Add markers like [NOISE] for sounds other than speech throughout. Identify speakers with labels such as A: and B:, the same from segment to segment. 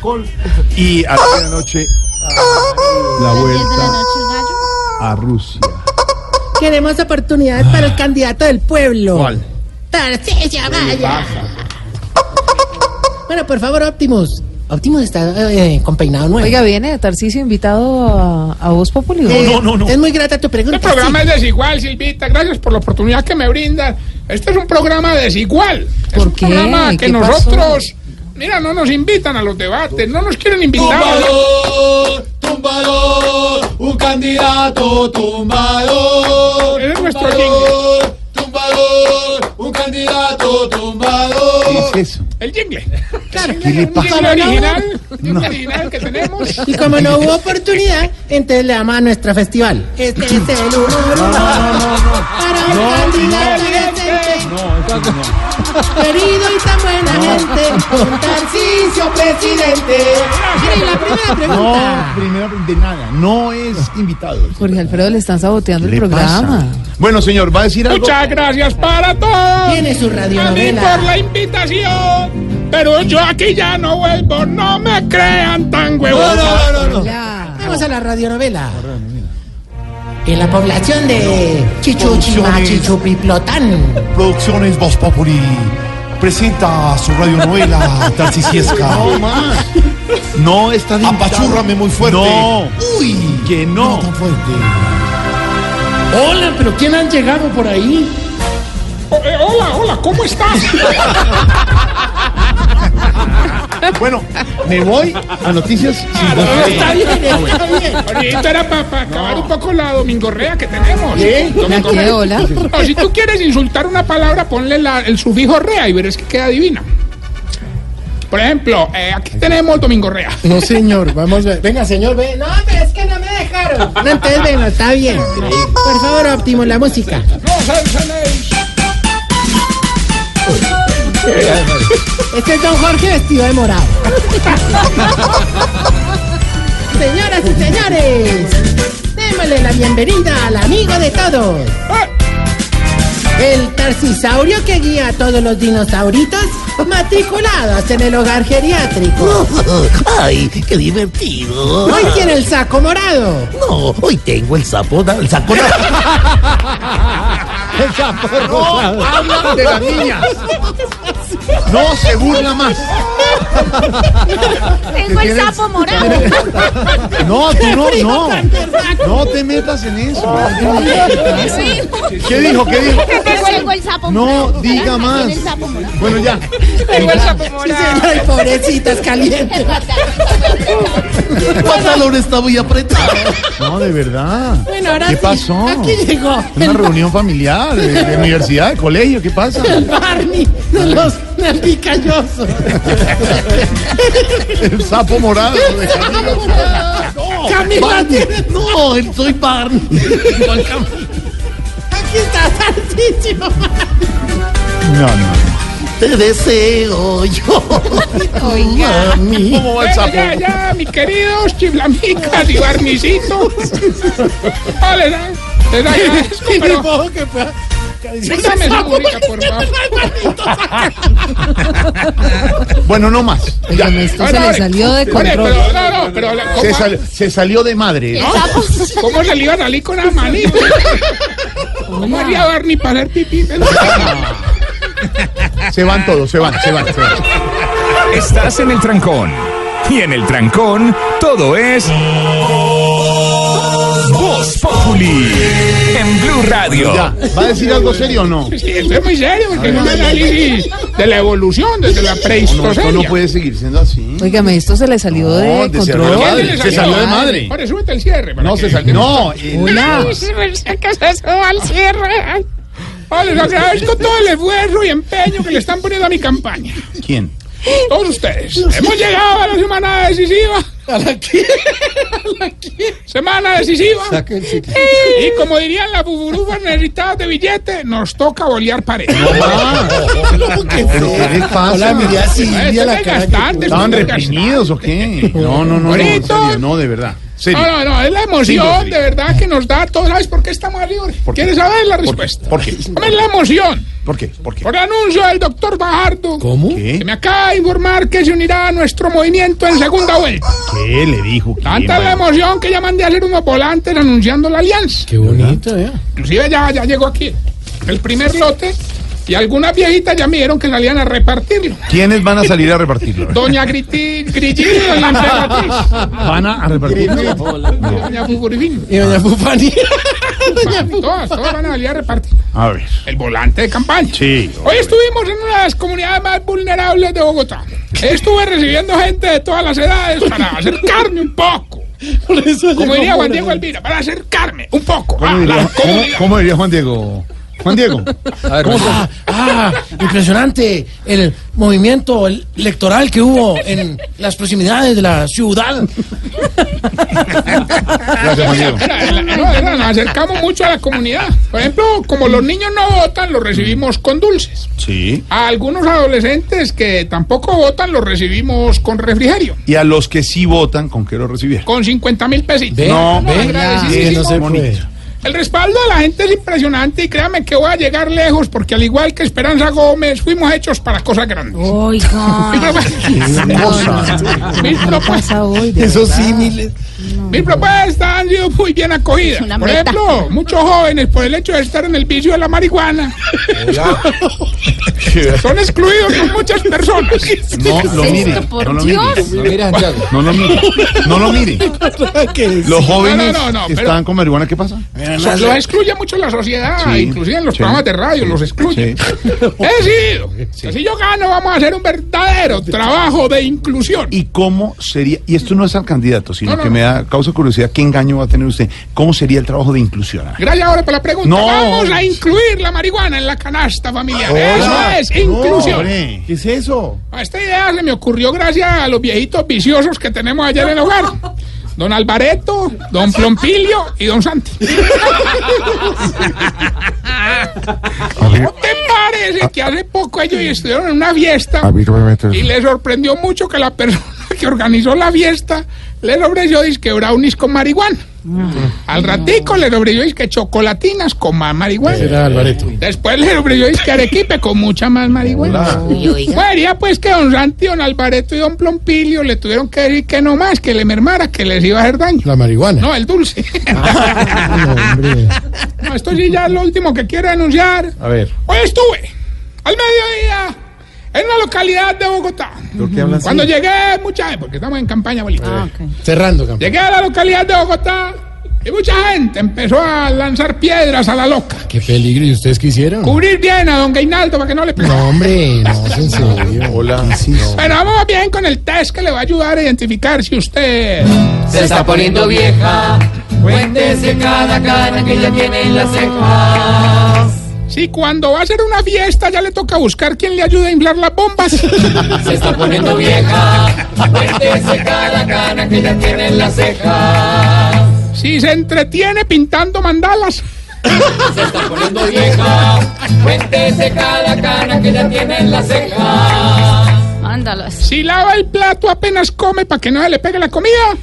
A: Gol. Y a la noche la
B: Las 10 Ah. de la
A: vuelta
B: noche, el gallo.
A: a Rusia.
C: Queremos oportunidades para
D: Ah.
C: el candidato del pueblo.
A: ¿Cuál?
C: Tarcisio Maya. Bueno, por favor, Optimus. Optimus está eh, con peinado nuevo.
E: Oiga, viene Tarcisio invitado a, a Voz Populi.
C: Eh,
A: no, no, no.
C: Es muy grata tu pregunta.
D: Este programa
C: sí.
D: es desigual, Silvita. Gracias por la oportunidad que me brindas. Este es un programa desigual. Es
E: ¿Por
D: un
E: qué?
D: programa que
E: ¿Qué pasó?
D: nosotros. Mira, no nos invitan a los debates, no nos quieren invitar.
A: Tumbador, tumbador, un candidato tumbador.
D: Eres nuestro
A: tumbador, tumbador, un candidato tumbador.
F: ¿Qué es eso?
D: El jingle.
C: Claro.
D: Un jingle
C: Como no-
D: original, un jingle original que tenemos.
C: Y como no hubo oportunidad, entonces le damos a nuestro festival. Este es el Ururú. Para el candidato decente. Querido y tan buena gente, con Tarcisio presidente. Mire, la primera
A: No,
C: pregunta.
A: primero de nada, no es invitado.
E: Jorge Alfredo le están saboteando el
A: ¿Qué le
E: programa.
A: pasa? Bueno, señor, ¿va a decir algo?
D: Muchas gracias para todos.
C: Tiene su
D: A mí
C: radionovela.
D: por la invitación. Pero yo aquí ya no vuelvo, no me crean tan
A: No, no,
D: huevón.
A: no, no, no.
E: Ya.
C: Vamos a Ah. la radionovela. En la población de Chichuchima,
F: Producciones.
C: Chichupiplotán.
F: Producciones Voz Populi presenta su radionovela Tarcisiesca.
A: No más. No está de invitado.
F: Apachúrrame muy fuerte.
A: No,
F: Uy,
A: que no.
F: tan fuerte.
C: Hola, pero ¿quién han llegado por ahí?
D: Oh, eh, hola, hola, ¿cómo
A: [LAUGHS]
D: estás?
A: Bueno, me voy a noticias sin voz.
C: Está bien, está bien.
D: Ahorita era para acabar un poco la domingorrea que tenemos.
E: ¿La qué,
D: Domingorrea.
E: hola?
D: O si tú quieres insultar una palabra, ponle la- el sufijo rea y verás que queda divina. Por ejemplo, eh, aquí tenemos domingorrea.
C: No, señor, vamos a ver. Venga, señor, ve. No, pero es que no me dejaron. No, entonces, bueno, está bien. Por favor, Optimo, la música.
D: Los Ángeles.
C: Este es don Jorge vestido de morado. [LAUGHS] Señoras y señores, démosle la bienvenida al amigo de todos,
D: Ah,
C: el tarcisaurio que guía a todos los dinosauritos matriculados en el hogar geriátrico.
G: Ay, qué divertido.
C: Hoy tiene el saco morado.
G: No, hoy tengo el sapo, el sapo.
A: No, hablan de la niña. No se burla más.
H: Tengo el sapo morado.
A: No, tú no, no. No te metas en eso. ¿Qué dijo? ¿Qué dijo?
H: Tengo el sapo
A: No diga más.
H: Tiene el sapo morado.
A: Bueno, ya.
C: Sí, señor, ay, pobrecita, es caliente.
G: El pantalón está muy apretado.
A: No, de verdad.
C: Bueno, ahora
A: ¿Qué
C: sí,
A: pasó?
C: Aquí llegó
A: Una reunión familiar, de, de universidad, de colegio, ¿qué pasa?
C: el Barney de los nervicallosos.
A: El sapo morado. de Camilo.
C: Camilo, tiene-
A: No, el soy Barney. Igual Camilo.
C: aquí está [LAUGHS] Tarcisio.
A: No, no.
G: Te deseo yo.
E: Oiga.
A: ¿Cómo va el
D: ya,
A: sapo?
D: ya, ya, mis queridos chiflamicas y barnicitos. Ah, les da- les da- pero
C: que fue.
D: Quítame esa música, por favor.
A: Bueno, no más. Ya.
E: Esto se
D: Ahora,
E: le
D: ahora,
E: salió de
D: Oye,
E: control.
D: pero, no, no, pero la- ¿cómo,
A: Se, sal- se salió de madre.
D: cómo se le iba a salir con la manita? ¿Cómo haría Barney para hacer pipí?
A: Se van todos, se van, se van, se van.
I: Estás en el trancón. Y en el trancón, todo es. Voz Populi. En Blue Radio.
A: Ya. ¿Va a decir algo serio o no?
D: Sí, esto es muy serio, porque es un análisis de la evolución desde la
A: No,
D: prehistoria.
A: esto no puede seguir siendo así.
E: Óigame, esto se le salió de
A: de salió de
E: control.
A: madre.
D: ¿Quién
A: Se salió de madre.
D: Ahora súbete el cierre. para
A: No,
D: que-
A: se salió. No, eh,
D: Ay, se me saca, pues, se suba al cierre. Ay. Ay, les agradezco todo el esfuerzo y empeño que le están poniendo a mi campaña.
A: ¿quién?
D: Todos ustedes. Hemos llegado a la semana decisiva.
F: ¿A la qué?
D: Semana decisiva.
F: Sáquense.
D: Y como dirían las buburubas necesitadas de billete, nos toca bolear pared.
A: Ah. ¿Pero qué les pasa?
F: Hola, mira, sí, mira la cara.
D: gastante,
A: ¿Estaban reprimidos o qué? No, no, no. No, en
D: Bonito.
A: serio, no, de verdad. Serio.
D: No, no, no, es la emoción de verdad que nos da a todos. ¿Sabes por qué estamos así, Jorge?
A: ¿Por qué?
D: ¿Quieres saber la
A: ¿Por qué?
D: respuesta?
A: ¿Por qué?
D: Hombre, es la emoción.
A: ¿Por qué? ¿Por qué?
D: Por el anuncio del doctor Bajardo.
G: ¿Cómo?
D: Que
A: ¿Qué?
D: me acaba de informar que se unirá a nuestro movimiento en segunda vuelta.
A: ¿Qué le dijo? ¿Qué?
D: Tanta es la
A: Bueno,
D: emoción que ya mandé a hacer unos volantes anunciando la alianza.
G: Qué bonito, ¿eh?
D: Inclusive ya, ya llegó aquí el primer lote y algunas viejitas ya me dijeron que salían a repartirlo.
A: ¿Quiénes van a salir a
D: [LAUGHS]
A: repartirlo?
D: Doña Griti, Grillín y Doña
G: [LAUGHS]
D: Emperatriz.
A: ¿Van a a repartirlo?
D: Doña Fufurifín.
G: Y
D: [LAUGHS]
G: doña Fufani. [LAUGHS]
D: Todas, todas van a salir a repartir.
A: A ver.
D: El volante de campaña.
A: Sí,
D: Hoy estuvimos en una de las comunidades más vulnerables de Bogotá. Estuve recibiendo gente de todas las edades para acercarme un poco.
G: Por eso
D: Como
G: llegó
D: diría Juan
G: por
D: Diego Elvira, para acercarme un poco. a
A: ¿Cómo
D: la
A: diría, cómo-
D: comunidad.
A: cómo diría Juan Diego? Juan Diego. ¿Cómo se-
G: Ah, ah, impresionante el movimiento electoral que hubo en las proximidades de la ciudad.
A: Gracias, Juan Diego.
D: Era- era- no, era- nos acercamos mucho a la comunidad. Por ejemplo, como los niños no votan, los recibimos con dulces.
A: Sí.
D: A algunos adolescentes que tampoco votan, los recibimos con refrigerio.
A: Y a los que sí votan, ¿con qué lo recibieron?
D: Con 50 mil pesitos.
A: No,
D: no, agradecidísimo.
A: bonito.
D: El respaldo de la gente es impresionante y créame que voy a llegar lejos porque al igual que Esperanza Gómez, fuimos hechos para cosas grandes. Mi
E: Oiga.
H: [LAUGHS]
D: propuesta- mi propuesta-
E: pasa hoy? de
G: Esos
E: verdad?
G: símiles.
D: Mis propuestas han sido muy bien acogidas.
H: Es una
D: Por
H: meta.
D: ejemplo, muchos jóvenes por el hecho de estar en el vicio de la marihuana son excluidos por muchas
H: [LAUGHS]
D: personas.
A: No lo
H: esto,
A: mire.
H: por
A: No lo mire.
H: Dios?
A: No lo mire. No lo mire. Los jóvenes
D: No, no, no, no,
A: que
D: pero-
A: están con marihuana, ¿qué pasa?
D: Los los excluye mucho la sociedad,
A: Sí,
D: inclusive en los
A: sí,
D: programas de radio los excluye. He decidido que si yo gano vamos a hacer un verdadero trabajo de inclusión.
A: ¿Y cómo sería? Y esto no es al candidato, sino
D: No, no,
A: que
D: no.
A: me da causa curiosidad qué engaño va a tener usted. ¿Cómo sería el trabajo de inclusión? A ver.
D: Gracias ahora por la pregunta.
A: No.
D: Vamos a incluir la marihuana en la canasta familiar. Eso es inclusión.
A: Hombre.
F: ¿Qué es eso?
D: A Esta idea se me ocurrió gracias a los viejitos viciosos que tenemos allá en el hogar. Don Alvareto, Don Plompilio y
A: [LAUGHS]
D: Don Santi. ¿No te parece que hace poco ellos estuvieron en una fiesta y les sorprendió mucho que la persona [LAUGHS] que organizó la fiesta les ofreció disque brownies con marihuana? Al ratico les ofreció disque chocolatinas con más marihuana.
F: Alvareto.
D: Después les ofreció disque arequipe con mucha más marihuana.
H: Uy, oiga.
D: Bueno, diría, pues que don Santi, don Alvareto y don Plompilio le tuvieron que decir que no más, que le mermara, que les iba a hacer daño.
F: La marihuana.
D: No, el dulce. no, esto sí ya es lo último que quiero anunciar.
A: A ver.
D: Hoy estuve al mediodía en una localidad de Bogotá. Cuando llegué, mucha gente, porque estamos en campaña política.
F: Cerrando, campeón.
D: Llegué a la localidad de Bogotá y mucha gente empezó a lanzar piedras a la loca.
F: Qué peligro. ¿Y ustedes qué hicieron?
D: Cubrir bien a don Gainaldo para que no le pegue.
F: No, hombre,
G: [LAUGHS]
F: no, es en serio. Hola.
D: Pero vamos bien con el test que le va a ayudar a identificar si usted...
B: Se está poniendo vieja. Cuéntese cada cana que ya tiene en la cejas.
D: Si cuando va a hacer una fiesta ya le toca buscar quien le ayude a inflar las bombas.
B: [LAUGHS] Se está poniendo vieja. Cuéntese cada cana que ya tiene en las cejas.
D: Si se entretiene pintando mandalas.
B: Se está poniendo vieja. Cuéntese cada cana que ya tiene en las cejas.
H: Ándalas.
D: Si lava el plato apenas come para que no le pegue la comida.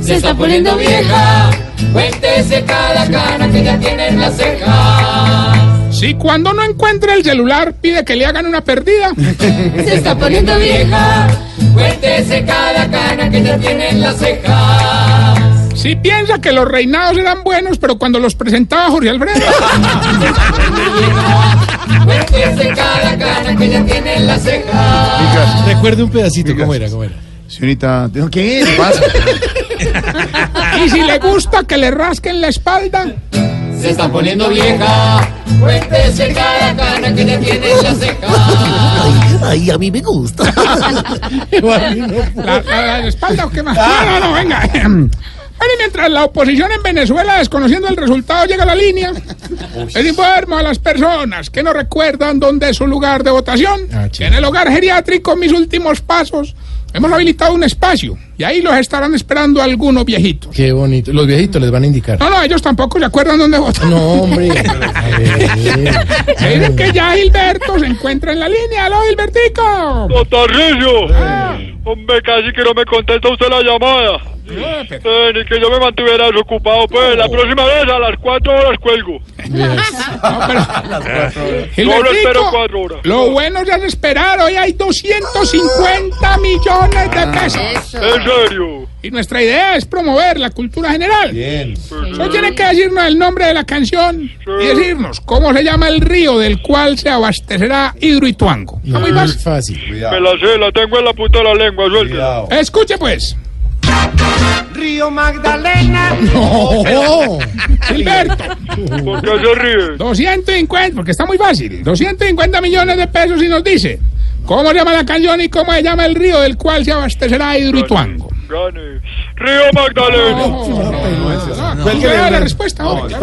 B: Se está poniendo vieja. Cuéntese cada cana que ya tiene en las cejas.
D: Si cuando no encuentra el celular pide que le hagan una perdida.
B: Se está poniendo vieja. Cuéntese cada cana que ya tiene en las cejas.
D: Si piensa que los reinados eran buenos, pero cuando los presentaba Jorge Alfredo.
B: Cuéntese cada cana que ya tiene en las cejas.
F: Recuerde un pedacito, ¿cómo era? ¿Cómo era?
A: Señorita, ¿qué le pasa?
D: Y si le gusta que le rasquen la espalda.
B: Se está poniendo vieja. Cuéntese cada cana que ya tiene en las cejas.
G: Ay, ay, a mí me gusta.
D: ¿La, la- la espalda o qué más? No, no, no, venga. Bueno, y mientras la oposición en Venezuela, desconociendo el resultado, llega a la línea, les informo a las personas que no recuerdan dónde es su lugar de votación, que en el hogar geriátrico, mis últimos pasos, hemos habilitado un espacio y ahí los estarán esperando algunos viejitos.
F: Qué bonito. Los viejitos les van a indicar.
D: No, no, ellos tampoco se acuerdan dónde votan.
F: No, [LAUGHS] hombre.
D: Se dice que ya Gilberto se encuentra en la línea. ¡Aló, Gilbertico!
J: Cotorrillo.
F: Eh.
J: Hombre, casi que no me contesta usted la llamada. [LAUGHS] Eh, ni que yo me mantuviera desocupado, pues. La próxima vez a las 4 horas cuelgo. Solo espero
D: Gilbertico,
J: 4 horas.
D: Lo bueno ya es esperar. Hoy hay 250 millones de pesos.
J: ¿En serio?
D: Y nuestra idea es promover la cultura general. Bien. Solo tienen que decirnos el nombre de la canción y decirnos cómo se llama el río del cual se abastecerá Hidroituango. Está muy fácil.
F: fácil.
J: Me la sé, la tengo en la punta de la lengua, suelta.
D: Escuche pues.
K: Río Magdalena.
F: ¡Oh!
D: Gilberto,
J: ¿Por qué se ríe?
D: 250, porque está muy fácil. 250 millones de pesos y nos dice cómo se llama la canción y cómo se llama el río del cual se abastecerá Hidroituango.
J: Gane. Río Magdalena.
D: No, no, no, pues, la respuesta, hombre. Yo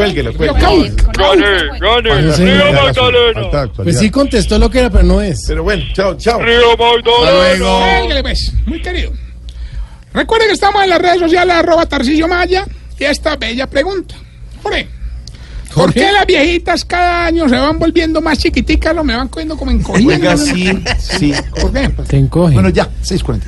D: cau-
J: Gane, gane.
F: sí,
J: Río
F: tiene
J: Magdalena.
F: Pues sí contestó lo que era, pero no es.
A: Pero bueno, chao, chao.
J: Río Magdalena.
D: Cuélguele, pues, muy querido. Recuerden que estamos en las redes sociales arroba Tarcillo Maya y esta bella pregunta. Jorge, ¿por qué las viejitas cada año se van volviendo más chiquiticas? Lo me van cogiendo como encogiendo.
A: sí, sí.
D: ¿Por qué?
F: Te encoge.
A: Bueno, ya, 6.40.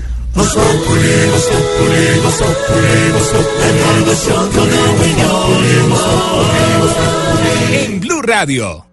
I: En Blue Radio.